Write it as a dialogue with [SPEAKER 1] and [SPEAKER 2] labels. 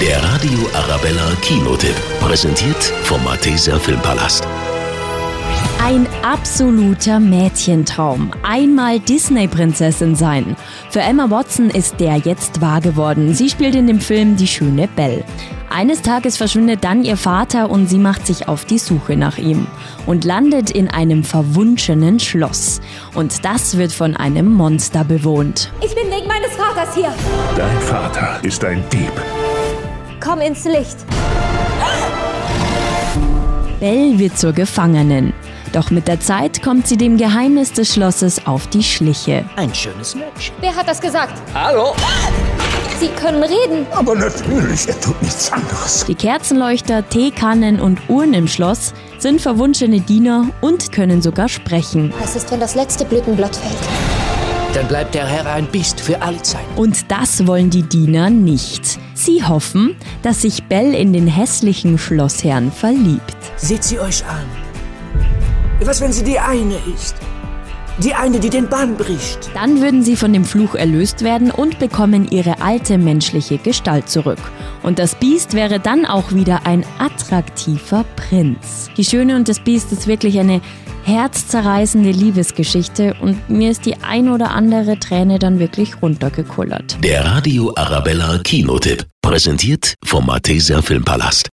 [SPEAKER 1] Der Radio Arabella Kinotipp. Präsentiert vom Malteser Filmpalast.
[SPEAKER 2] Ein absoluter Mädchentraum. Einmal Disney-Prinzessin sein. Für Emma Watson ist der jetzt wahr geworden. Sie spielt in dem Film Die schöne Belle. Eines Tages verschwindet dann ihr Vater und sie macht sich auf die Suche nach ihm und landet in einem verwunschenen Schloss. Und das wird von einem Monster bewohnt.
[SPEAKER 3] Ich bin wegen meines Vaters hier.
[SPEAKER 4] Dein Vater ist ein Dieb.
[SPEAKER 3] Komm ins Licht.
[SPEAKER 2] Belle wird zur Gefangenen. Doch mit der Zeit kommt sie dem Geheimnis des Schlosses auf die Schliche.
[SPEAKER 5] Ein schönes Mädchen.
[SPEAKER 3] Wer hat das gesagt?
[SPEAKER 5] Hallo?
[SPEAKER 3] Sie können reden. Oh,
[SPEAKER 4] Aber natürlich, er tut nichts anderes.
[SPEAKER 2] Die Kerzenleuchter, Teekannen und Uhren im Schloss sind verwunschene Diener und können sogar sprechen.
[SPEAKER 3] Was ist, wenn das letzte Blütenblatt fällt?
[SPEAKER 5] Dann bleibt der Herr ein Biest für alle Zeit.
[SPEAKER 2] Und das wollen die Diener nicht. Sie hoffen, dass sich Belle in den hässlichen Schlossherrn verliebt.
[SPEAKER 5] Seht sie euch an. Was, wenn sie die eine ist? Die eine, die den Bann bricht.
[SPEAKER 2] Dann würden sie von dem Fluch erlöst werden und bekommen ihre alte menschliche Gestalt zurück. Und das Biest wäre dann auch wieder ein attraktiver Prinz. Die Schöne und das Biest ist wirklich eine herzzerreißende Liebesgeschichte und mir ist die ein oder andere Träne dann wirklich runtergekullert.
[SPEAKER 1] Der Radio Arabella Kinotipp. Präsentiert vom Malteser Filmpalast.